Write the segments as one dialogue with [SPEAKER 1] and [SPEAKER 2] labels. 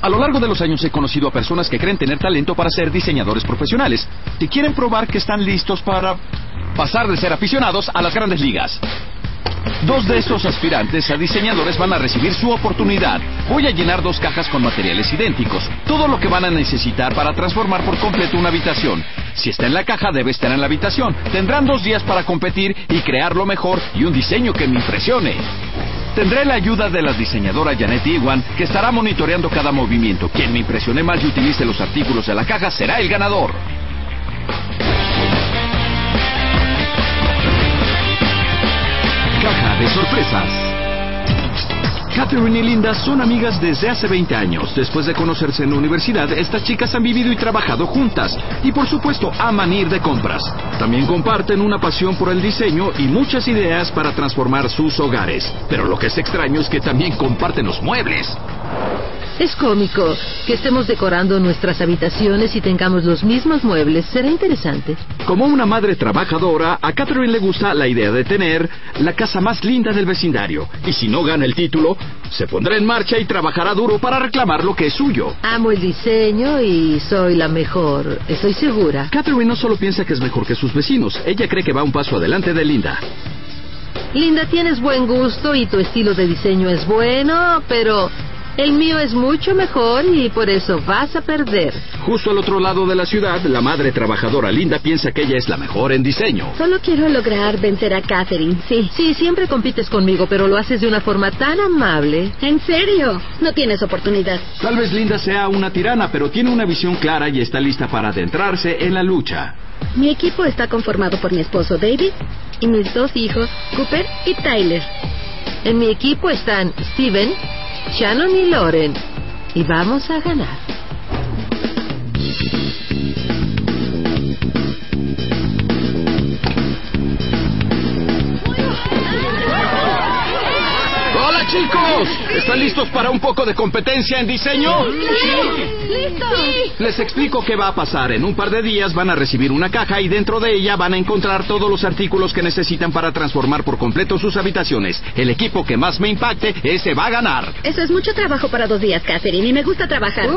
[SPEAKER 1] A lo largo de los años he conocido a personas que creen tener talento para ser diseñadores profesionales, que quieren probar que están listos para pasar de ser aficionados a las grandes ligas. Dos de estos aspirantes a diseñadores van a recibir su oportunidad. Voy a llenar dos cajas con materiales idénticos, todo lo que van a necesitar para transformar por completo una habitación. Si está en la caja, debe estar en la habitación. Tendrán dos días para competir y crear lo mejor y un diseño que me impresione. Tendré la ayuda de la diseñadora Janet Iwan, que estará monitoreando cada movimiento. Quien me impresione más y utilice los artículos de la caja será el ganador. Caja de sorpresas. Catherine y Linda son amigas desde hace 20 años. Después de conocerse en la universidad, estas chicas han vivido y trabajado juntas. Y por supuesto, aman ir de compras. También comparten una pasión por el diseño y muchas ideas para transformar sus hogares. Pero lo que es extraño es que también comparten los muebles.
[SPEAKER 2] Es cómico que estemos decorando nuestras habitaciones y tengamos los mismos muebles. Será interesante.
[SPEAKER 1] Como una madre trabajadora, a Catherine le gusta la idea de tener la casa más linda del vecindario. Y si no gana el título, se pondrá en marcha y trabajará duro para reclamar lo que es suyo.
[SPEAKER 2] Amo el diseño y soy la mejor, estoy segura.
[SPEAKER 1] Catherine no solo piensa que es mejor que sus vecinos, ella cree que va un paso adelante de Linda.
[SPEAKER 2] Linda, tienes buen gusto y tu estilo de diseño es bueno, pero el mío es mucho mejor y por eso vas a perder.
[SPEAKER 1] Justo al otro lado de la ciudad, la madre trabajadora Linda piensa que ella es la mejor en diseño.
[SPEAKER 3] Solo quiero lograr vencer a Catherine, sí.
[SPEAKER 2] Sí, siempre compites conmigo, pero lo haces de una forma tan amable.
[SPEAKER 3] ¿En serio? No tienes oportunidad.
[SPEAKER 1] Tal vez Linda sea una tirana, pero tiene una visión clara y está lista para adentrarse en la lucha.
[SPEAKER 3] Mi equipo está conformado por mi esposo David y mis dos hijos, Cooper y Tyler.
[SPEAKER 2] En mi equipo están Steven, Shannon y Loren. Y vamos a ganar.
[SPEAKER 1] ¡Hola chicos! ¿Están listos para un poco de competencia en diseño?
[SPEAKER 3] ¡Listo!
[SPEAKER 1] Les explico qué va a pasar. En un par de días van a recibir una caja y dentro de ella van a encontrar todos los artículos que necesitan para transformar por completo sus habitaciones. El equipo que más me impacte, ese va a ganar.
[SPEAKER 3] Eso es mucho trabajo para dos días, Catherine, y me gusta trabajar.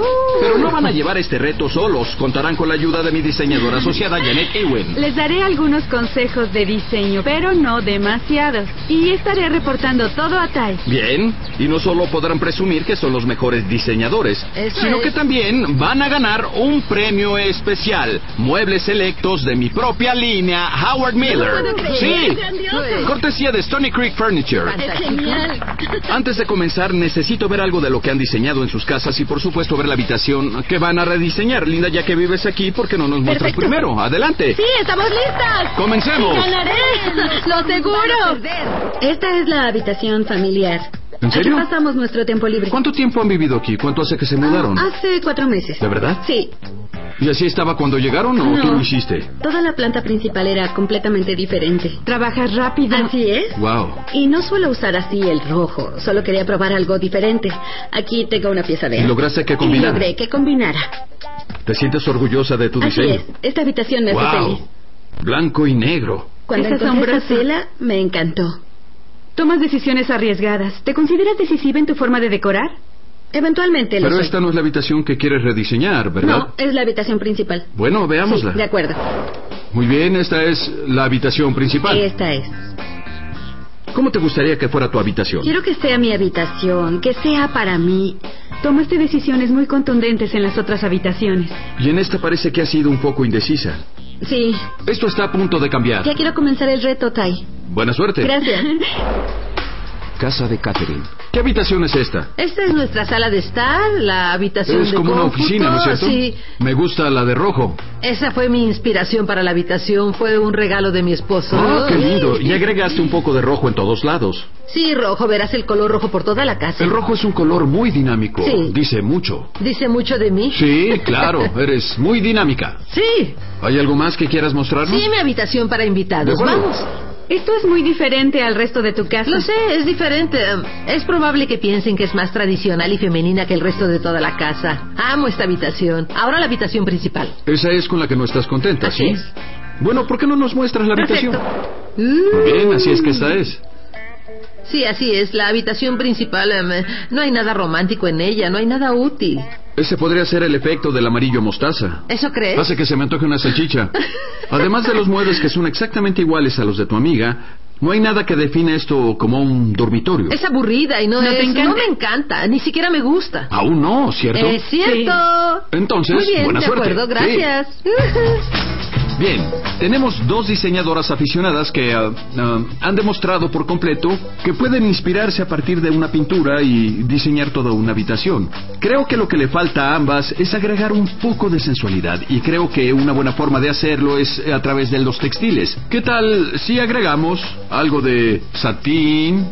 [SPEAKER 1] Pero no van a llevar este reto solos. Contarán con la ayuda de mi diseñadora asociada Janet Ewen.
[SPEAKER 4] Les daré algunos consejos de diseño, pero no demasiados. Y estaré reportando todo a Tai.
[SPEAKER 1] Bien, y no solo podrán presumir que son los mejores diseñadores,
[SPEAKER 2] Eso
[SPEAKER 1] sino
[SPEAKER 2] es.
[SPEAKER 1] que también van a ganar un premio especial, muebles selectos de mi propia línea, Howard Miller.
[SPEAKER 3] puedo creer,
[SPEAKER 1] Sí,
[SPEAKER 3] es grandioso.
[SPEAKER 1] cortesía de Stony Creek Furniture.
[SPEAKER 3] Es genial.
[SPEAKER 1] Antes de comenzar, necesito ver algo de lo que han diseñado en sus casas y por supuesto ver la habitación que van a rediseñar. Linda, ya que vives aquí, ¿por qué no nos muestras
[SPEAKER 3] Perfecto.
[SPEAKER 1] primero? Adelante.
[SPEAKER 3] Sí, estamos listas.
[SPEAKER 1] Comencemos.
[SPEAKER 3] ¡Ganaré! ¡Lo seguro! Esta es la habitación familiar.
[SPEAKER 1] ¿En serio?
[SPEAKER 3] Aquí pasamos nuestro tiempo libre. Ah,
[SPEAKER 1] ¿Cuánto tiempo han vivido aquí? ¿Cuánto hace que se mudaron?
[SPEAKER 3] Hace cuatro meses.
[SPEAKER 1] ¿De verdad?
[SPEAKER 3] Sí.
[SPEAKER 1] ¿Y así estaba cuando llegaron o
[SPEAKER 3] ah. No.
[SPEAKER 1] tú lo hiciste?
[SPEAKER 3] Toda la planta principal era completamente diferente.
[SPEAKER 4] Trabajas rápido.
[SPEAKER 3] Así es.
[SPEAKER 1] Wow.
[SPEAKER 3] Y no suelo usar así el rojo, solo quería probar algo diferente. Aquí tengo una pieza de...
[SPEAKER 1] ¿Y lograste que combinara?
[SPEAKER 3] Y logré que combinara.
[SPEAKER 1] ¿Te sientes orgullosa de tu
[SPEAKER 3] Así
[SPEAKER 1] diseño?
[SPEAKER 3] es, esta habitación me hace feliz.
[SPEAKER 1] ¡Wow! Blanco y negro.
[SPEAKER 3] Cuando
[SPEAKER 4] Es
[SPEAKER 3] encontré esta
[SPEAKER 4] asombroso.
[SPEAKER 3] tela, me encantó.
[SPEAKER 4] Tomas decisiones arriesgadas. ¿Te consideras decisiva en tu forma de decorar?
[SPEAKER 3] Eventualmente lo
[SPEAKER 1] Pero
[SPEAKER 3] soy.
[SPEAKER 1] esta no es la habitación que quieres rediseñar, ¿verdad?
[SPEAKER 3] No, es la habitación principal.
[SPEAKER 1] Bueno, veámosla.
[SPEAKER 3] Sí, de acuerdo.
[SPEAKER 1] Muy bien, esta es la habitación principal.
[SPEAKER 3] Esta es.
[SPEAKER 1] ¿Cómo te gustaría que fuera tu habitación?
[SPEAKER 3] Quiero que sea mi habitación, que sea para mí.
[SPEAKER 4] Tomaste decisiones muy contundentes en las otras habitaciones.
[SPEAKER 1] Y en esta parece que ha sido un poco indecisa.
[SPEAKER 3] Sí,
[SPEAKER 1] Esto está a punto de cambiar.
[SPEAKER 3] ya quiero comenzar el reto, Tai.
[SPEAKER 1] Buena suerte.
[SPEAKER 3] Gracias.
[SPEAKER 1] Casa de Catherine. ¿Qué habitación es esta?
[SPEAKER 2] Esta es nuestra sala de estar, la habitación
[SPEAKER 1] Es
[SPEAKER 2] de
[SPEAKER 1] como una
[SPEAKER 2] cómputo,
[SPEAKER 1] oficina, ¿no es cierto?
[SPEAKER 2] Sí.
[SPEAKER 1] Me gusta la de rojo.
[SPEAKER 2] Esa fue mi inspiración para la habitación, fue un regalo de mi esposo.
[SPEAKER 1] Ah, qué lindo. Y agregaste un poco de rojo en todos lados.
[SPEAKER 2] Sí, rojo, verás el color rojo por toda la casa.
[SPEAKER 1] El rojo es un color muy dinámico.
[SPEAKER 2] Sí.
[SPEAKER 1] Dice mucho.
[SPEAKER 2] Dice mucho de mí.
[SPEAKER 1] Sí, claro. Eres muy dinámica.
[SPEAKER 2] Sí,
[SPEAKER 1] ¿Hay algo más que quieras mostrarnos?
[SPEAKER 2] sí, mi habitación para
[SPEAKER 1] De
[SPEAKER 2] invitados.
[SPEAKER 1] acuerdo.
[SPEAKER 2] Vamos.
[SPEAKER 4] Esto es muy diferente al resto de tu casa.
[SPEAKER 2] Lo sé, es diferente. Um, Es probable que piensen que es más tradicional y femenina que el resto de toda la casa. Amo esta habitación. Ahora la habitación principal.
[SPEAKER 1] Esa es con la que no estás contenta,
[SPEAKER 2] Así
[SPEAKER 1] ¿sí?
[SPEAKER 2] es.
[SPEAKER 1] Bueno, ¿por qué no nos muestras la
[SPEAKER 2] Perfecto.
[SPEAKER 1] habitación?
[SPEAKER 2] Mm,
[SPEAKER 1] Muy Bien, así es que esta es.
[SPEAKER 2] Sí, así es. La habitación principal. um, eh, No hay nada romántico en ella, no hay nada útil.
[SPEAKER 1] Ese podría ser el efecto del amarillo mostaza.
[SPEAKER 2] ¿Eso crees?
[SPEAKER 1] Hace que se me antoje una salchicha. Además de los muebles que son exactamente iguales a los de tu amiga, no hay nada que defina esto como un dormitorio.
[SPEAKER 2] Es aburrida y no,
[SPEAKER 4] ¿No
[SPEAKER 2] es...
[SPEAKER 4] te encanta?
[SPEAKER 2] No me encanta, ni siquiera me gusta.
[SPEAKER 1] Aún no, Ah, ¿cierto?
[SPEAKER 2] Es cierto.
[SPEAKER 1] Entonces,
[SPEAKER 2] Muy bien,
[SPEAKER 1] buena
[SPEAKER 2] de
[SPEAKER 1] suerte.
[SPEAKER 2] acuerdo,
[SPEAKER 1] Sí.
[SPEAKER 2] gracias.
[SPEAKER 1] Bien, tenemos dos diseñadoras aficionadas que ah, ah, han demostrado por completo que pueden inspirarse a partir de una pintura y diseñar toda una habitación. Creo que lo que le falta a ambas es agregar un poco de sensualidad y creo que una buena forma de hacerlo es eh, a través de los textiles. ¿Qué tal si agregamos algo de satín,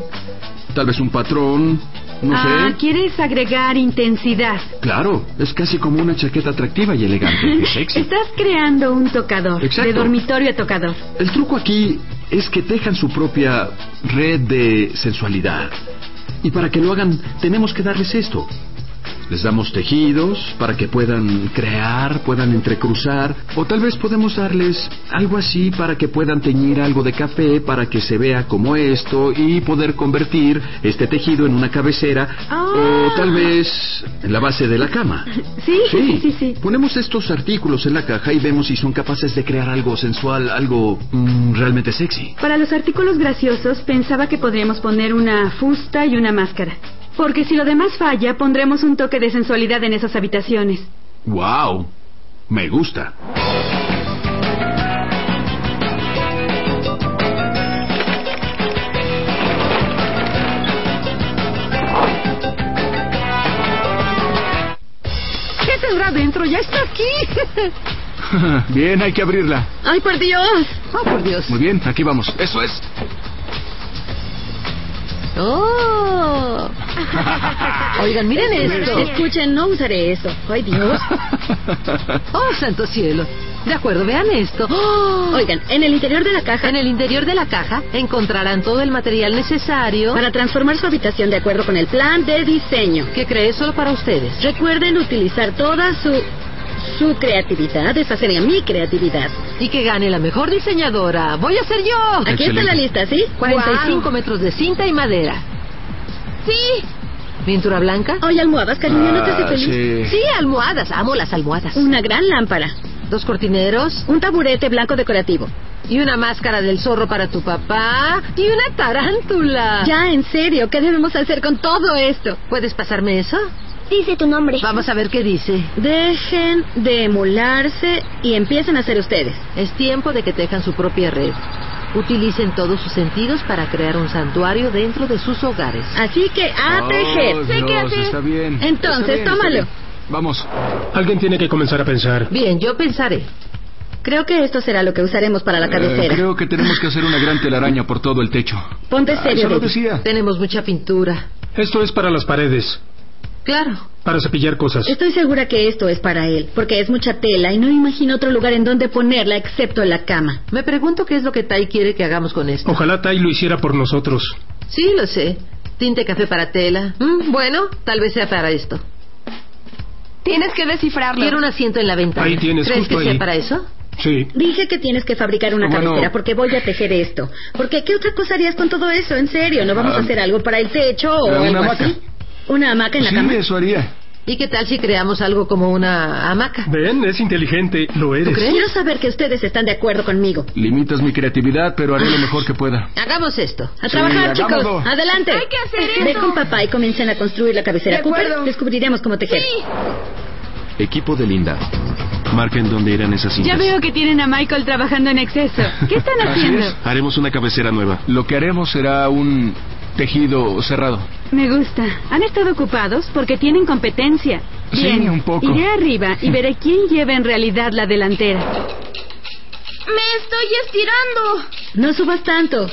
[SPEAKER 1] tal vez un patrón, no
[SPEAKER 4] ah,
[SPEAKER 1] sé?
[SPEAKER 4] quieres agregar intensidad.
[SPEAKER 1] Claro, es casi como una chaqueta atractiva y elegante y sexy.
[SPEAKER 4] Estás creando un tocador.
[SPEAKER 1] Exacto.
[SPEAKER 4] De dormitorio a tocador.
[SPEAKER 1] El truco aquí es que tejan su propia red de sensualidad. Y para que lo hagan, tenemos que darles esto. Les damos tejidos para que puedan crear, puedan entrecruzar, o tal vez podemos darles algo así para que puedan teñir algo de café para que se vea como esto y poder convertir este tejido en una cabecera
[SPEAKER 4] Ah.
[SPEAKER 1] o tal vez en la base de la cama.
[SPEAKER 4] Sí, sí, sí, sí.
[SPEAKER 1] Ponemos estos artículos en la caja y vemos si son capaces de crear algo sensual, algo mm, realmente sexy.
[SPEAKER 4] Para los artículos graciosos pensaba que podríamos poner una fusta y una máscara. Porque si lo demás falla, pondremos un toque de sensualidad en esas habitaciones.
[SPEAKER 1] ¡Wow! Me gusta.
[SPEAKER 4] ¿Qué tendrá dentro? Ya está aquí.
[SPEAKER 1] bien, hay que abrirla.
[SPEAKER 3] ¡Ay, por Dios!
[SPEAKER 2] Oh, por Dios.
[SPEAKER 1] Muy bien, aquí vamos. Eso es.
[SPEAKER 2] Oh. Oigan, miren esto.
[SPEAKER 3] Escuchen, no usaré eso. ¡Ay, Dios!
[SPEAKER 2] Oh, santo cielo. De acuerdo, vean esto. Oh.
[SPEAKER 3] Oigan, en el interior de la caja,
[SPEAKER 2] En el interior de la caja encontrarán todo el material necesario.
[SPEAKER 3] para transformar su habitación de acuerdo con el plan de diseño.
[SPEAKER 2] que creé solo para ustedes.
[SPEAKER 3] Recuerden utilizar toda su su creatividad, esa sería mi creatividad.
[SPEAKER 2] Y que gane la mejor diseñadora. Voy a ser yo.
[SPEAKER 3] Aquí está la lista, ¿sí?
[SPEAKER 2] 45 metros de cinta y madera. Sí. ¿Pintura blanca?
[SPEAKER 3] Oye, almohadas, cariño, ¿no te hace
[SPEAKER 1] Ah,
[SPEAKER 3] feliz?
[SPEAKER 1] sí.
[SPEAKER 2] Sí, almohadas. Amo las almohadas.
[SPEAKER 3] Una gran lámpara,
[SPEAKER 2] Dos cortineros
[SPEAKER 3] un taburete blanco decorativo.
[SPEAKER 2] y una máscara del zorro para tu papá y una
[SPEAKER 4] Ah.
[SPEAKER 2] tarántula.
[SPEAKER 3] Ya, en serio, ¿qué debemos hacer con todo esto?
[SPEAKER 2] ¿Puedes pasarme eso?
[SPEAKER 5] Dice tu nombre.
[SPEAKER 2] Vamos a ver qué dice.
[SPEAKER 3] Dejen de emularse y empiecen a hacer ustedes.
[SPEAKER 2] Es tiempo de que tejan su propia red. Utilicen todos sus sentidos para crear un santuario dentro de sus hogares.
[SPEAKER 3] Así que a tejer.
[SPEAKER 1] Oh,
[SPEAKER 3] Ah, Sé que
[SPEAKER 1] Dios,
[SPEAKER 3] hacer.
[SPEAKER 1] está bien. Está bien,
[SPEAKER 3] Entonces,
[SPEAKER 1] está
[SPEAKER 3] tómalo.
[SPEAKER 1] bien. Vamos.
[SPEAKER 6] Alguien tiene que comenzar a pensar.
[SPEAKER 2] Bien, yo pensaré.
[SPEAKER 3] Creo que esto será lo que usaremos para la cabecera.
[SPEAKER 1] Eh, creo que tenemos que hacer una gran telaraña por todo el techo.
[SPEAKER 3] Ponte
[SPEAKER 1] Ah,
[SPEAKER 3] serio.
[SPEAKER 1] eso lo
[SPEAKER 3] David.
[SPEAKER 1] decía.
[SPEAKER 2] Tenemos mucha pintura.
[SPEAKER 6] Esto es para las paredes,
[SPEAKER 2] Claro.
[SPEAKER 6] para cepillar cosas.
[SPEAKER 3] Estoy segura que esto es para él, porque es mucha tela y no imagino otro lugar en donde ponerla excepto en la cama.
[SPEAKER 2] Me pregunto qué es lo que Tai quiere que hagamos con esto.
[SPEAKER 6] Ojalá Tai lo hiciera por nosotros.
[SPEAKER 2] Sí, lo sé. Tinte café para tela. Mm, bueno, tal vez sea para esto.
[SPEAKER 4] Tienes que descifrarlo.
[SPEAKER 2] Quiero un asiento en la ventana.
[SPEAKER 6] Ahí tienes,
[SPEAKER 2] ¿Crees
[SPEAKER 6] justo
[SPEAKER 2] que
[SPEAKER 6] ahí.
[SPEAKER 2] sea para eso?
[SPEAKER 6] Sí.
[SPEAKER 3] Dije que tienes que fabricar una
[SPEAKER 1] Bueno.
[SPEAKER 3] cabecera porque voy a tejer esto. Porque ¿qué otra cosa harías con todo eso? En serio, ¿no vamos
[SPEAKER 1] Ah,
[SPEAKER 3] a hacer algo para el techo o
[SPEAKER 1] eh, una
[SPEAKER 3] algo
[SPEAKER 1] hamaca.
[SPEAKER 3] así? Una hamaca en la
[SPEAKER 1] sí,
[SPEAKER 3] cama.
[SPEAKER 1] eso haría.
[SPEAKER 2] ¿Y qué tal si creamos algo como una hamaca?
[SPEAKER 6] Ven, es inteligente, lo eres.
[SPEAKER 2] crees?
[SPEAKER 3] Quiero saber que ustedes están de acuerdo conmigo.
[SPEAKER 1] Limitas mi creatividad, pero haré lo mejor que pueda.
[SPEAKER 2] Hagamos esto.
[SPEAKER 3] A trabajar, chicos.
[SPEAKER 1] hagámoslo.
[SPEAKER 3] Adelante.
[SPEAKER 4] Hay que hacer
[SPEAKER 3] Ve
[SPEAKER 4] eso.
[SPEAKER 3] con papá y comiencen a construir la cabecera.
[SPEAKER 4] De
[SPEAKER 3] Cooper,
[SPEAKER 4] acuerdo.
[SPEAKER 3] descubriremos cómo tejer.
[SPEAKER 1] Equipo de Linda. Marquen dónde irán esas
[SPEAKER 4] Ya veo que tienen a Michael trabajando en exceso. ¿Qué están haciendo?
[SPEAKER 1] Haremos una cabecera nueva. Lo que haremos será un tejido cerrado.
[SPEAKER 4] Me gusta. Han estado ocupados porque tienen competencia.
[SPEAKER 5] Sí,
[SPEAKER 4] Bien,
[SPEAKER 5] un poco.
[SPEAKER 4] Iré arriba y veré quién lleva en realidad la delantera.
[SPEAKER 7] Me estoy estirando.
[SPEAKER 3] No subas tanto.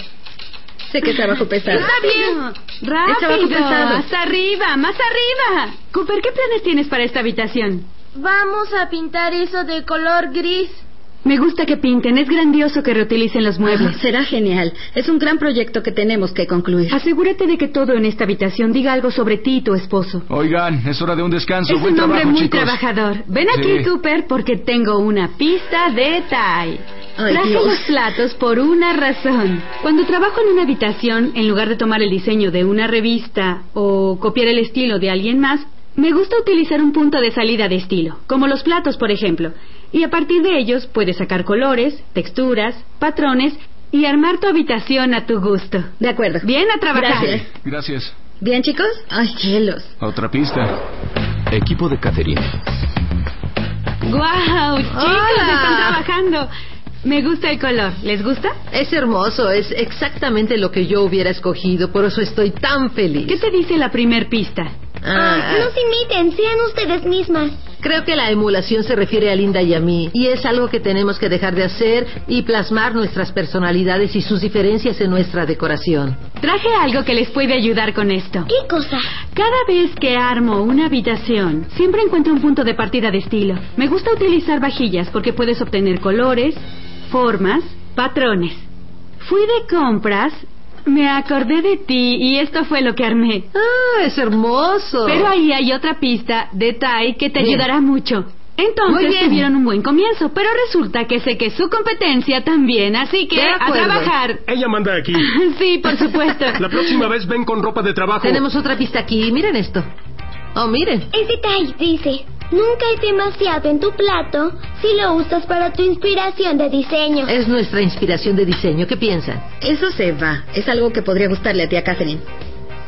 [SPEAKER 3] Sé que es trabajo pesado.
[SPEAKER 7] Está bien.
[SPEAKER 3] trabajo
[SPEAKER 4] Rápido,
[SPEAKER 3] pesado.
[SPEAKER 4] hasta arriba, más arriba. Cooper, ¿qué planes tienes para esta habitación?
[SPEAKER 7] Vamos a pintar eso de color gris.
[SPEAKER 4] Me gusta que pinten, es grandioso que reutilicen los muebles.
[SPEAKER 3] Será genial. Es un gran proyecto que tenemos que concluir.
[SPEAKER 4] Asegúrate de que todo en esta habitación diga algo sobre ti y tu esposo.
[SPEAKER 5] Oigan, es hora de un descanso.
[SPEAKER 4] es
[SPEAKER 5] Buen
[SPEAKER 4] un hombre
[SPEAKER 5] trabajo,
[SPEAKER 4] muy
[SPEAKER 5] chicos.
[SPEAKER 4] trabajador. Ven
[SPEAKER 5] Sí.
[SPEAKER 4] aquí, Cooper, porque tengo una pista de Ty.
[SPEAKER 3] Ay,
[SPEAKER 4] Traje
[SPEAKER 3] Dios.
[SPEAKER 4] los platos por una razón. Cuando trabajo en una habitación, en lugar de tomar el diseño de una revista o copiar el estilo de alguien más, me gusta utilizar un punto de salida de estilo, como los platos, por ejemplo. Y a partir de ellos puedes sacar colores, texturas, patrones y armar tu habitación a tu gusto.
[SPEAKER 3] De acuerdo.
[SPEAKER 4] Bien a trabajar.
[SPEAKER 3] Gracias.
[SPEAKER 5] Gracias.
[SPEAKER 3] ¿Bien, chicos? Ay, cielos.
[SPEAKER 5] Otra pista.
[SPEAKER 1] Equipo de Catherine.
[SPEAKER 4] ¡Guau! Chicos,
[SPEAKER 2] Hola.
[SPEAKER 4] están trabajando. Me gusta el color. ¿Les gusta?
[SPEAKER 2] Es hermoso, es exactamente lo que yo hubiera escogido, por eso estoy tan feliz.
[SPEAKER 4] ¿Qué te dice la primer pista?
[SPEAKER 2] Ah,
[SPEAKER 7] no se imiten, sean ustedes mismas.
[SPEAKER 2] Creo que la emulación se refiere a Linda y a mí, y es algo que tenemos que dejar de hacer y plasmar nuestras personalidades y sus diferencias en nuestra decoración.
[SPEAKER 4] Traje algo que les puede ayudar con esto.
[SPEAKER 7] ¿Qué cosa?
[SPEAKER 4] Cada vez que armo una habitación, siempre encuentro un punto de partida de estilo. Me gusta utilizar vajillas porque puedes obtener colores, formas, patrones. Fui de compras, me acordé de ti y esto fue lo que armé.
[SPEAKER 2] Ah, es hermoso.
[SPEAKER 4] Pero ahí hay otra pista, detalle, que te
[SPEAKER 2] Bien.
[SPEAKER 4] ayudará mucho.
[SPEAKER 2] Muy
[SPEAKER 4] Entonces
[SPEAKER 2] bien.
[SPEAKER 4] tuvieron un buen comienzo, pero resulta que sé que su competencia también, así que
[SPEAKER 2] De
[SPEAKER 4] a
[SPEAKER 2] acuerdo.
[SPEAKER 4] trabajar.
[SPEAKER 6] Ella manda aquí.
[SPEAKER 4] Sí, por supuesto.
[SPEAKER 6] La próxima vez ven con ropa de trabajo.
[SPEAKER 2] Tenemos otra pista aquí, miren esto. Oh, miren.
[SPEAKER 7] Ese Tai dice, nunca es demasiado en tu plato si lo usas para tu inspiración de diseño.
[SPEAKER 2] Es nuestra inspiración de diseño. ¿Qué piensan?
[SPEAKER 3] Eso se va. Es algo que podría gustarle a tía Catherine.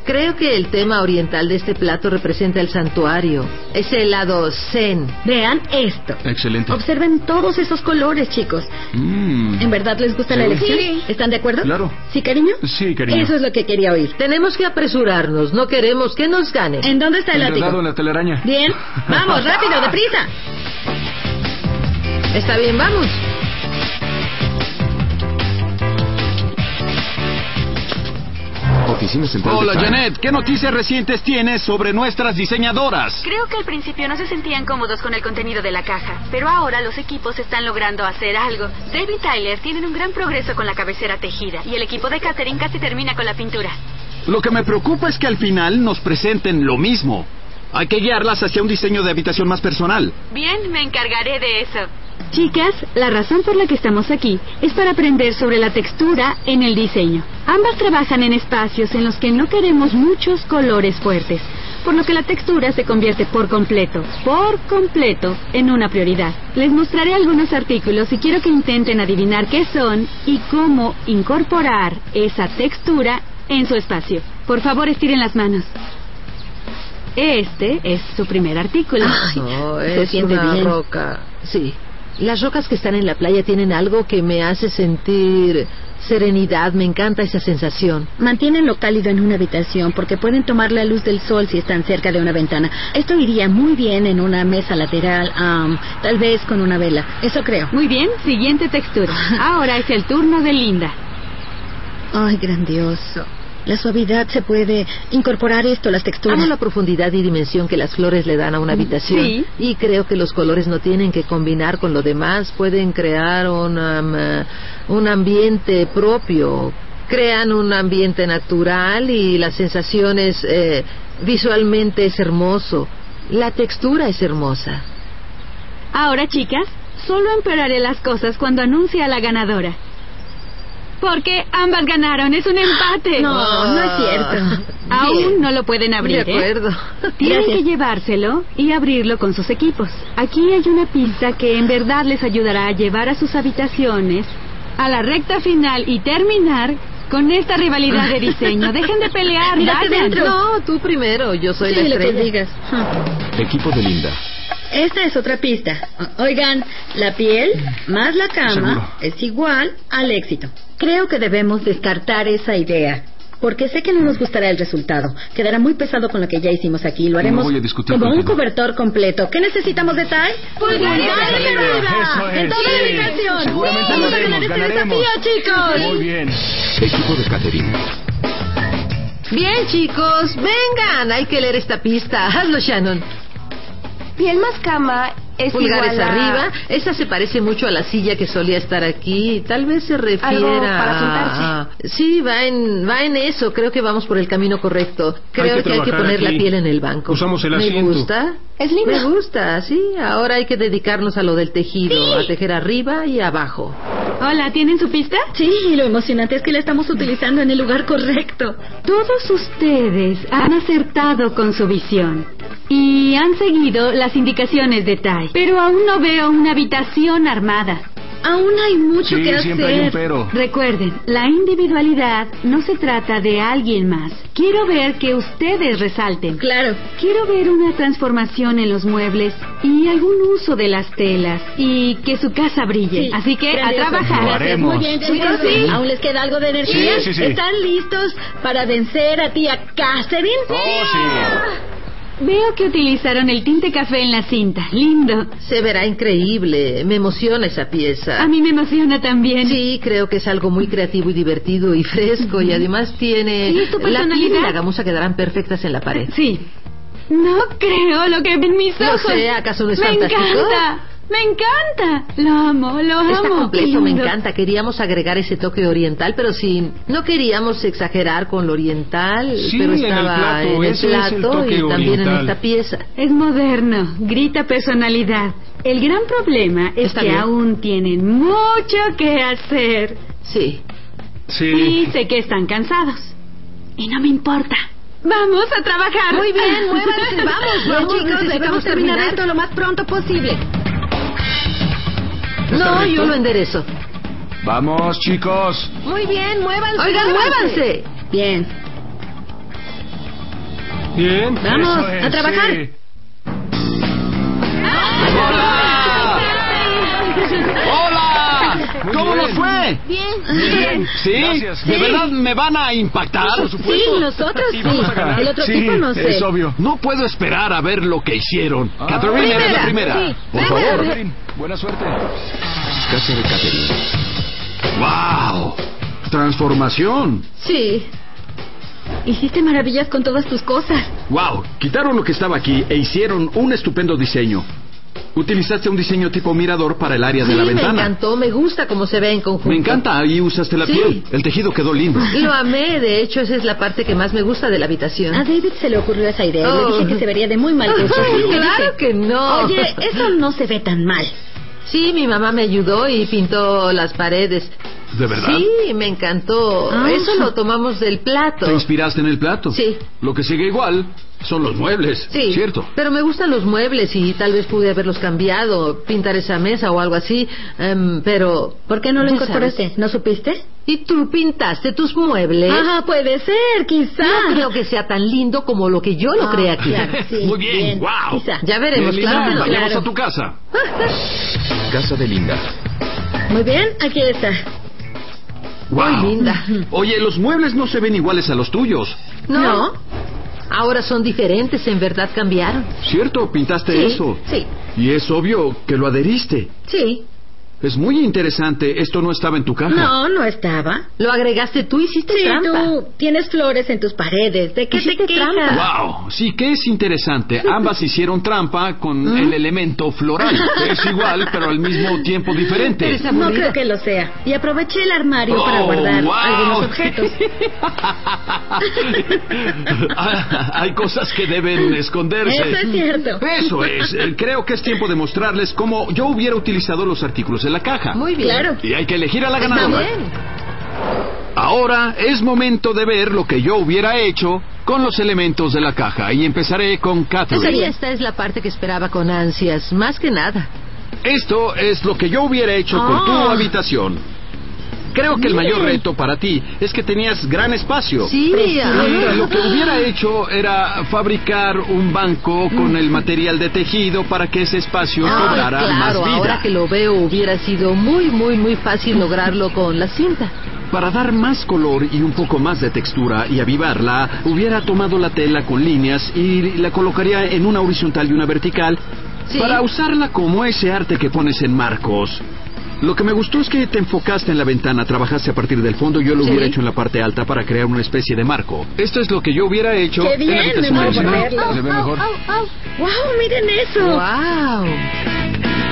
[SPEAKER 2] Creo que el tema oriental de este plato representa el santuario. Es el lado zen.
[SPEAKER 3] Vean esto.
[SPEAKER 5] Excelente.
[SPEAKER 3] Observen todos esos colores, chicos.
[SPEAKER 5] Mm.
[SPEAKER 3] ¿En verdad les gusta la
[SPEAKER 5] Sí.
[SPEAKER 3] elección?
[SPEAKER 7] Sí.
[SPEAKER 3] ¿Están de acuerdo?
[SPEAKER 5] Claro.
[SPEAKER 3] ¿Sí, cariño?
[SPEAKER 5] Sí, cariño.
[SPEAKER 3] Eso es lo que quería oír.
[SPEAKER 2] Tenemos que apresurarnos, no queremos que nos ganen.
[SPEAKER 3] ¿En dónde está el
[SPEAKER 5] Enredado
[SPEAKER 3] látigo?
[SPEAKER 5] en la telaraña.
[SPEAKER 3] Bien. Vamos, rápido, deprisa.
[SPEAKER 2] Está bien, vamos.
[SPEAKER 8] Oficina Central
[SPEAKER 1] Hola
[SPEAKER 8] de Time.
[SPEAKER 1] Janet, ¿qué noticias recientes tienes sobre nuestras diseñadoras?
[SPEAKER 4] Creo que al principio no se sentían cómodos con el contenido de la caja, pero ahora los equipos están logrando hacer algo. Dave y Tyler tienen un gran progreso con la cabecera tejida y el equipo de Catherine casi termina con la pintura.
[SPEAKER 1] Lo que me preocupa es que al final nos presenten lo mismo. Hay que guiarlas hacia un diseño de habitación más personal.
[SPEAKER 4] Bien, me encargaré de eso. Chicas, la razón por la que estamos aquí es para aprender sobre la textura en el diseño. Ambas trabajan en espacios en los que no queremos muchos colores fuertes, por lo que la textura se convierte por completo, por completo, en una prioridad. Les mostraré algunos artículos y quiero que intenten adivinar qué son y cómo incorporar esa textura en su espacio. Por favor, estiren las manos. Este es su primer artículo.
[SPEAKER 2] No,
[SPEAKER 3] se
[SPEAKER 2] es
[SPEAKER 3] siente
[SPEAKER 2] una
[SPEAKER 3] bien.
[SPEAKER 2] roca. Sí. Las rocas que están en la playa tienen algo que me hace sentir serenidad. Me encanta esa sensación.
[SPEAKER 3] Mantiénenlo cálido en una habitación porque pueden tomar la luz del sol si están cerca de una ventana. Esto iría muy bien en una mesa lateral, am, tal vez con una vela. Eso creo.
[SPEAKER 4] Muy bien, siguiente textura. Ahora es el turno de Linda.
[SPEAKER 3] Ay, grandioso. La suavidad se puede incorporar esto, las texturas.
[SPEAKER 2] Amo la profundidad y dimensión que las flores le dan a una habitación.
[SPEAKER 4] Mm, Sí.
[SPEAKER 2] Y creo que los colores no tienen que combinar con lo demás. Pueden crear un, um, eh, un ambiente propio. Crean un ambiente natural y las sensaciones eh, visualmente es hermoso. La textura es hermosa.
[SPEAKER 4] Ahora, chicas, solo empeoraré las cosas cuando anuncie a la ganadora. Porque ambas ganaron, es un empate.
[SPEAKER 3] No, no es cierto.
[SPEAKER 4] Aún no lo pueden abrir.
[SPEAKER 2] De
[SPEAKER 4] ¿eh?
[SPEAKER 2] acuerdo.
[SPEAKER 4] Tienen
[SPEAKER 3] Gracias.
[SPEAKER 4] que llevárselo y abrirlo con sus equipos. Aquí hay una pista que en verdad les ayudará a llevar a sus habitaciones a la recta final y terminar con esta rivalidad de diseño. Dejen de pelear,
[SPEAKER 3] Mírate
[SPEAKER 4] vayan.
[SPEAKER 3] dentro.
[SPEAKER 2] No, tú primero, yo soy
[SPEAKER 3] Sí,
[SPEAKER 2] la
[SPEAKER 3] lo que
[SPEAKER 2] estrella.
[SPEAKER 3] digas.
[SPEAKER 1] Equipo de Linda.
[SPEAKER 3] Esta es otra pista. O- Oigan, la piel más la cama
[SPEAKER 5] Seguro.
[SPEAKER 3] es igual al éxito. Creo que debemos descartar esa idea. Porque sé que no nos gustará el resultado. Quedará muy pesado con lo que ya hicimos aquí. Lo haremos
[SPEAKER 5] voy a discutir
[SPEAKER 3] como un
[SPEAKER 5] contigo.
[SPEAKER 3] cobertor completo. ¿Qué necesitamos de Ty?
[SPEAKER 4] ¡Pulgaridad
[SPEAKER 6] Eso es,
[SPEAKER 3] ¡En toda
[SPEAKER 6] sí.
[SPEAKER 3] la ubicación!
[SPEAKER 6] Seguramente lo
[SPEAKER 3] ¡Vamos a ganar
[SPEAKER 6] haremos,
[SPEAKER 3] este
[SPEAKER 6] ganaremos.
[SPEAKER 3] desafío, chicos!
[SPEAKER 6] Muy bien.
[SPEAKER 8] Equipo de Catherine.
[SPEAKER 2] Bien, chicos, vengan, hay que leer esta pista. Hazlo, Shannon.
[SPEAKER 4] Piel más cama es
[SPEAKER 2] Pulgares arriba. Esa se parece mucho a la silla que solía estar aquí. Tal vez se refiera.
[SPEAKER 4] Algo para
[SPEAKER 2] a- Sí, va en, va en eso. Creo que vamos por el camino correcto. Creo que, hay que
[SPEAKER 6] trabajar
[SPEAKER 2] poner la
[SPEAKER 6] aquí.
[SPEAKER 2] piel en el banco.
[SPEAKER 6] Usamos el
[SPEAKER 2] Me
[SPEAKER 6] asiento.
[SPEAKER 2] gusta.
[SPEAKER 4] Es lindo.
[SPEAKER 2] Me gusta, sí. Ahora hay que dedicarnos a lo del tejido, a tejer arriba y abajo.
[SPEAKER 4] Hola, ¿tienen su pista?
[SPEAKER 3] Sí, y lo emocionante es que la estamos utilizando en el lugar correcto.
[SPEAKER 4] Todos ustedes han acertado con su visión y han seguido las indicaciones de Tai. Pero aún no veo una habitación armada.
[SPEAKER 3] Aún hay mucho
[SPEAKER 5] Sí,
[SPEAKER 3] que hacer.
[SPEAKER 5] siempre hay un pero.
[SPEAKER 4] Recuerden, la individualidad no se trata de alguien más. Quiero ver que ustedes resalten.
[SPEAKER 3] Claro.
[SPEAKER 4] Quiero ver una transformación en los muebles y algún uso de las telas y que su casa brille.
[SPEAKER 3] Sí,
[SPEAKER 4] Así que a
[SPEAKER 3] grandioso.
[SPEAKER 4] trabajar.
[SPEAKER 5] Lo haremos.
[SPEAKER 3] Muy bien,
[SPEAKER 4] Chicos,
[SPEAKER 3] chicos,
[SPEAKER 4] sí.
[SPEAKER 3] Aún les queda algo de energía.
[SPEAKER 5] Sí, sí, sí.
[SPEAKER 3] ¿Están listos para vencer a tía Catherine?
[SPEAKER 5] ¡Oh, sí!
[SPEAKER 4] ¡Ah! Veo que utilizaron el tinte café en la cinta. Lindo.
[SPEAKER 2] Se verá increíble. Me emociona esa
[SPEAKER 4] A
[SPEAKER 2] pieza.
[SPEAKER 4] mí me emociona también.
[SPEAKER 2] Ah. Sí, creo que es algo muy creativo y divertido y fresco y además tiene
[SPEAKER 4] Sí, es tu
[SPEAKER 2] la piel y
[SPEAKER 4] personalidad.
[SPEAKER 2] la gamuza quedarán perfectas en la pared.
[SPEAKER 4] Sí. No creo lo que ven mis
[SPEAKER 2] No
[SPEAKER 4] ojos.
[SPEAKER 2] sé, ¿acaso no es
[SPEAKER 4] me
[SPEAKER 2] fantástico?
[SPEAKER 4] encanta. Me encanta. Lo amo, lo amo.
[SPEAKER 2] Está
[SPEAKER 4] Qué
[SPEAKER 2] completo, me
[SPEAKER 4] lindo.
[SPEAKER 2] encanta. Queríamos agregar ese toque oriental, pero sin no queríamos exagerar con lo oriental,
[SPEAKER 5] Sí,
[SPEAKER 2] pero
[SPEAKER 5] en el
[SPEAKER 2] estaba
[SPEAKER 5] plato,
[SPEAKER 2] en
[SPEAKER 5] ese
[SPEAKER 2] el
[SPEAKER 5] es el
[SPEAKER 2] plato
[SPEAKER 5] toque
[SPEAKER 2] y también en
[SPEAKER 5] oriental.
[SPEAKER 2] esta pieza.
[SPEAKER 4] Es moderno, grita personalidad. El gran problema es
[SPEAKER 2] Está
[SPEAKER 4] que
[SPEAKER 2] bien.
[SPEAKER 4] aún tienen mucho que hacer.
[SPEAKER 2] Sí.
[SPEAKER 6] Sí.
[SPEAKER 4] Y sé que están cansados. Y no me importa. Vamos a trabajar.
[SPEAKER 3] Muy bien, muévanse, vamos, vamos, chicos, debemos terminar esto lo más pronto posible.
[SPEAKER 2] No, yo lo enderezo.
[SPEAKER 5] Vamos, chicos.
[SPEAKER 3] Muy bien, muévanse.
[SPEAKER 2] Oigan, muévanse.
[SPEAKER 3] Bien.
[SPEAKER 6] Bien.
[SPEAKER 3] Vamos,
[SPEAKER 5] Eso es,
[SPEAKER 3] a trabajar.
[SPEAKER 5] sí.
[SPEAKER 1] ¡Hola!
[SPEAKER 5] Muy
[SPEAKER 1] ¿Cómo
[SPEAKER 5] bien.
[SPEAKER 1] nos fue?
[SPEAKER 7] Bien.
[SPEAKER 1] ¿Sí?
[SPEAKER 5] Gracias.
[SPEAKER 1] ¿De
[SPEAKER 5] Sí.
[SPEAKER 1] verdad me van a impactar?
[SPEAKER 3] Sí, nosotros sí.
[SPEAKER 5] vamos a ganar.
[SPEAKER 3] El otro
[SPEAKER 5] Sí,
[SPEAKER 3] tipo no sé.
[SPEAKER 5] es obvio.
[SPEAKER 1] No puedo esperar a ver lo que hicieron.
[SPEAKER 5] Ah.
[SPEAKER 1] Catherine, eres la primera.
[SPEAKER 3] sí.
[SPEAKER 1] Por
[SPEAKER 3] Venga,
[SPEAKER 1] favor.
[SPEAKER 5] Catherine, Buena suerte.
[SPEAKER 1] Casa de Catherine. ¡Wow! Transformación.
[SPEAKER 3] Sí. Hiciste maravillas con todas tus cosas.
[SPEAKER 1] ¡Wow! Quitaron lo que estaba aquí e hicieron un estupendo diseño. Utilizaste un diseño tipo mirador para el área de
[SPEAKER 2] sí,
[SPEAKER 1] la
[SPEAKER 2] me
[SPEAKER 1] ventana.
[SPEAKER 2] encantó, me gusta cómo se ve en conjunto.
[SPEAKER 1] Me encanta, ahí usaste la
[SPEAKER 2] Sí.
[SPEAKER 1] piel. El tejido quedó lindo.
[SPEAKER 2] Lo amé, de hecho, esa es la parte que más me gusta de la
[SPEAKER 3] A
[SPEAKER 2] habitación.
[SPEAKER 3] David se le ocurrió esa idea. Le dije
[SPEAKER 2] Oh.
[SPEAKER 3] que se vería de muy mal gusto.
[SPEAKER 2] Ay,
[SPEAKER 3] Y me
[SPEAKER 2] claro
[SPEAKER 3] dice,
[SPEAKER 2] que no.
[SPEAKER 3] Oye, eso no se ve tan mal.
[SPEAKER 2] Sí, mi mamá me ayudó y pintó las paredes.
[SPEAKER 1] ¿De verdad?
[SPEAKER 2] Sí, me encantó.
[SPEAKER 3] Ah.
[SPEAKER 2] Eso lo tomamos del plato.
[SPEAKER 1] ¿Te inspiraste en el plato?
[SPEAKER 2] Sí.
[SPEAKER 1] Lo que sigue igual son los muebles.
[SPEAKER 2] Sí,
[SPEAKER 1] ¿Cierto?
[SPEAKER 2] pero me gustan los muebles y tal vez pude haberlos cambiado, pintar esa mesa o algo así, em, pero...
[SPEAKER 3] ¿Por qué no lo
[SPEAKER 2] Ya
[SPEAKER 3] incorporaste?
[SPEAKER 2] sabes.
[SPEAKER 3] ¿No supiste?
[SPEAKER 2] ¿Y tú pintaste tus
[SPEAKER 4] ¿Eh?
[SPEAKER 2] muebles?
[SPEAKER 3] Ah, puede ser, quizá.
[SPEAKER 2] No creo que sea tan lindo como lo que yo lo
[SPEAKER 3] Ah,
[SPEAKER 2] creé aquí.
[SPEAKER 3] claro, sí,
[SPEAKER 1] Muy bien, guau.
[SPEAKER 3] quizá.
[SPEAKER 2] Ya veremos,
[SPEAKER 1] Bien,
[SPEAKER 2] claro.
[SPEAKER 1] Linda,
[SPEAKER 2] que no.
[SPEAKER 1] vayamos
[SPEAKER 3] claro.
[SPEAKER 1] a tu casa. Casa de Linda.
[SPEAKER 3] Muy bien, aquí está.
[SPEAKER 1] Wow.
[SPEAKER 2] Muy linda.
[SPEAKER 1] Oye, los muebles no se ven iguales a los tuyos.
[SPEAKER 2] No. Ahora son diferentes, en verdad cambiaron.
[SPEAKER 1] ¿Cierto? Pintaste
[SPEAKER 2] Sí,
[SPEAKER 1] eso.
[SPEAKER 2] sí.
[SPEAKER 1] Y es obvio que lo adheriste.
[SPEAKER 2] Sí.
[SPEAKER 1] Es muy interesante. Esto no estaba en tu caja.
[SPEAKER 3] No, no estaba.
[SPEAKER 2] Lo agregaste tú, hiciste
[SPEAKER 3] Sí,
[SPEAKER 2] trampa.
[SPEAKER 3] tú tienes flores en tus paredes. ¿De qué
[SPEAKER 2] Hiciste
[SPEAKER 3] te quejas?
[SPEAKER 2] trampa.
[SPEAKER 1] Wow, sí que es interesante. Ambas hicieron trampa con el elemento floral. Es igual, pero al mismo tiempo diferente.
[SPEAKER 2] Eres
[SPEAKER 3] No
[SPEAKER 2] aburrida.
[SPEAKER 3] creo que lo sea. Y aproveché el armario para
[SPEAKER 1] Oh,
[SPEAKER 3] guardar
[SPEAKER 1] wow.
[SPEAKER 3] algunos objetos.
[SPEAKER 1] Ah, Hay cosas que deben esconderse.
[SPEAKER 3] Eso es cierto.
[SPEAKER 1] Eso es. Eh, Creo que es tiempo de mostrarles cómo yo hubiera utilizado los artículos en la caja.
[SPEAKER 2] Muy bien.
[SPEAKER 3] Claro.
[SPEAKER 1] Y hay que elegir a la
[SPEAKER 2] Está
[SPEAKER 1] ganadora.
[SPEAKER 2] bien.
[SPEAKER 1] Ahora es momento de ver lo que yo hubiera hecho con los elementos de la caja. Y empezaré con Catherine.
[SPEAKER 2] Esa- esta es la parte que esperaba con ansias, más que nada.
[SPEAKER 1] Esto es lo que yo hubiera hecho con tu
[SPEAKER 3] Ah.
[SPEAKER 1] habitación. Creo que el mayor reto para ti es que tenías gran espacio.
[SPEAKER 2] Sí,
[SPEAKER 1] Y
[SPEAKER 2] ajá.
[SPEAKER 1] Lo que hubiera hecho era fabricar un banco con el material de tejido para que ese espacio
[SPEAKER 2] Ay,
[SPEAKER 1] cobrara
[SPEAKER 2] Ah, claro,
[SPEAKER 1] más vida.
[SPEAKER 2] ahora que lo veo hubiera sido muy, muy, muy fácil lograrlo con la cinta.
[SPEAKER 1] Para dar más color y un poco más de textura y avivarla, hubiera tomado la tela con líneas y la colocaría en una horizontal y una vertical
[SPEAKER 2] Sí.
[SPEAKER 1] para usarla como ese arte que pones en marcos. Lo que me gustó es que te enfocaste en la ventana, trabajaste a partir del fondo, yo lo hubiera hecho en la parte alta para crear una especie de marco.
[SPEAKER 9] Esto es lo que yo hubiera hecho
[SPEAKER 4] ¡Qué
[SPEAKER 9] en la
[SPEAKER 4] bien! Me
[SPEAKER 9] habitación
[SPEAKER 4] voy a
[SPEAKER 9] original.
[SPEAKER 4] ponerlo.
[SPEAKER 9] Se ve mejor.
[SPEAKER 4] ¡Wow! ¡Miren eso!
[SPEAKER 2] ¡Wow!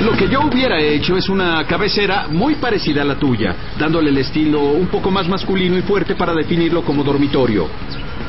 [SPEAKER 1] Lo que yo hubiera hecho es una cabecera muy parecida a la tuya, dándole el estilo un poco más masculino y fuerte para definirlo como dormitorio.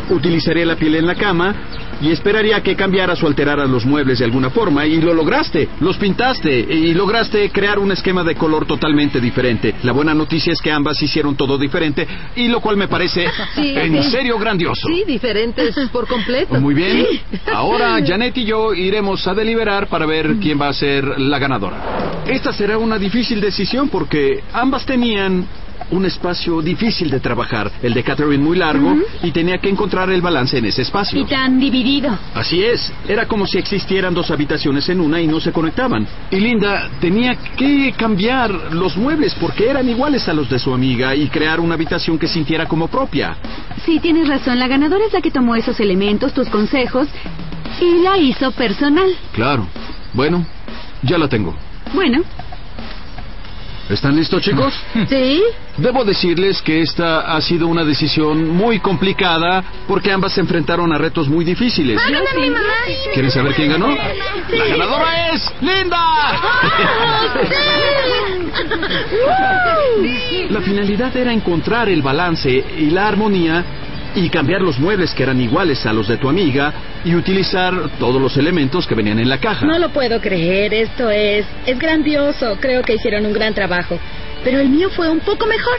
[SPEAKER 1] Utilizaría la piel en la cama y esperaría que cambiaras o alteraras los muebles de alguna forma y lo lograste, los pintaste y lograste crear un esquema de color totalmente diferente. La buena noticia es que ambas hicieron todo diferente y lo cual me parece
[SPEAKER 2] Sí,
[SPEAKER 1] en
[SPEAKER 2] sí.
[SPEAKER 1] serio grandioso.
[SPEAKER 2] Sí, diferentes por completo.
[SPEAKER 1] Pues Muy bien, ahora Janet y yo iremos a deliberar para ver quién va a ser la ganadora. Esta será una difícil decisión porque ambas tenían un espacio difícil de trabajar, el de Catherine muy largo, y tenía que encontrar el balance en ese espacio.
[SPEAKER 10] Y tan dividido.
[SPEAKER 1] Así es, era como si existieran dos habitaciones en una y no se conectaban. Y Linda tenía que cambiar los muebles porque eran iguales a los de su amiga y crear una habitación que sintiera como propia.
[SPEAKER 10] Sí, tienes razón. La ganadora es la que tomó esos elementos, tus consejos, y la hizo personal.
[SPEAKER 1] Claro. Bueno, ya la tengo.
[SPEAKER 10] Bueno,
[SPEAKER 1] ¿Están listos, chicos?
[SPEAKER 2] ¿Sí?
[SPEAKER 1] Debo decirles que esta ha sido una decisión muy complicada porque ambas se enfrentaron a retos muy difíciles.
[SPEAKER 7] mi mamá!
[SPEAKER 1] ¿Quieren saber quién ganó? La ganadora es
[SPEAKER 7] Ah,
[SPEAKER 1] Linda. La finalidad era encontrar el balance y la armonía y cambiar los muebles que eran iguales a los de tu amiga y utilizar todos los elementos que venían en la caja.
[SPEAKER 4] No lo puedo creer, esto es... Es grandioso, creo que hicieron un gran trabajo. Pero el mío fue un poco mejor.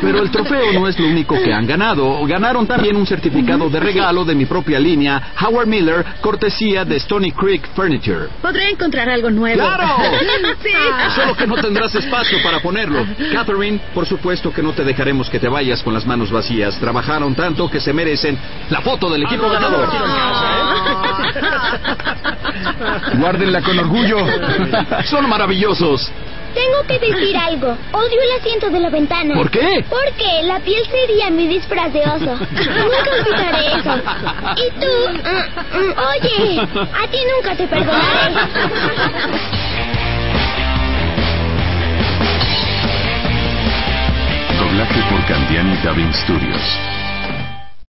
[SPEAKER 1] Pero el trofeo no es lo único que han ganado. Ganaron también un certificado de regalo de mi propia línea, Howard Miller, cortesía de Stony Creek Furniture.
[SPEAKER 4] Podré encontrar algo nuevo.
[SPEAKER 1] ¡Claro! Ah.
[SPEAKER 4] sí.
[SPEAKER 1] Solo que no tendrás espacio para ponerlo. Catherine, por supuesto que no te dejaremos que te vayas con las manos vacías. Trabajaron tanto que se merecen la foto del equipo ganador.
[SPEAKER 2] Ah.
[SPEAKER 9] Guárdenla con orgullo.
[SPEAKER 1] Son maravillosos.
[SPEAKER 7] Tengo que decir algo. Odio el asiento de la ventana.
[SPEAKER 1] ¿Por qué?
[SPEAKER 7] Porque la piel sería mi disfraz de oso. Nunca olvidaré eso. Y tú, mm, mm, oye, a ti nunca te perdonaré.
[SPEAKER 11] Doblaje por Candiani Dubbing Studios.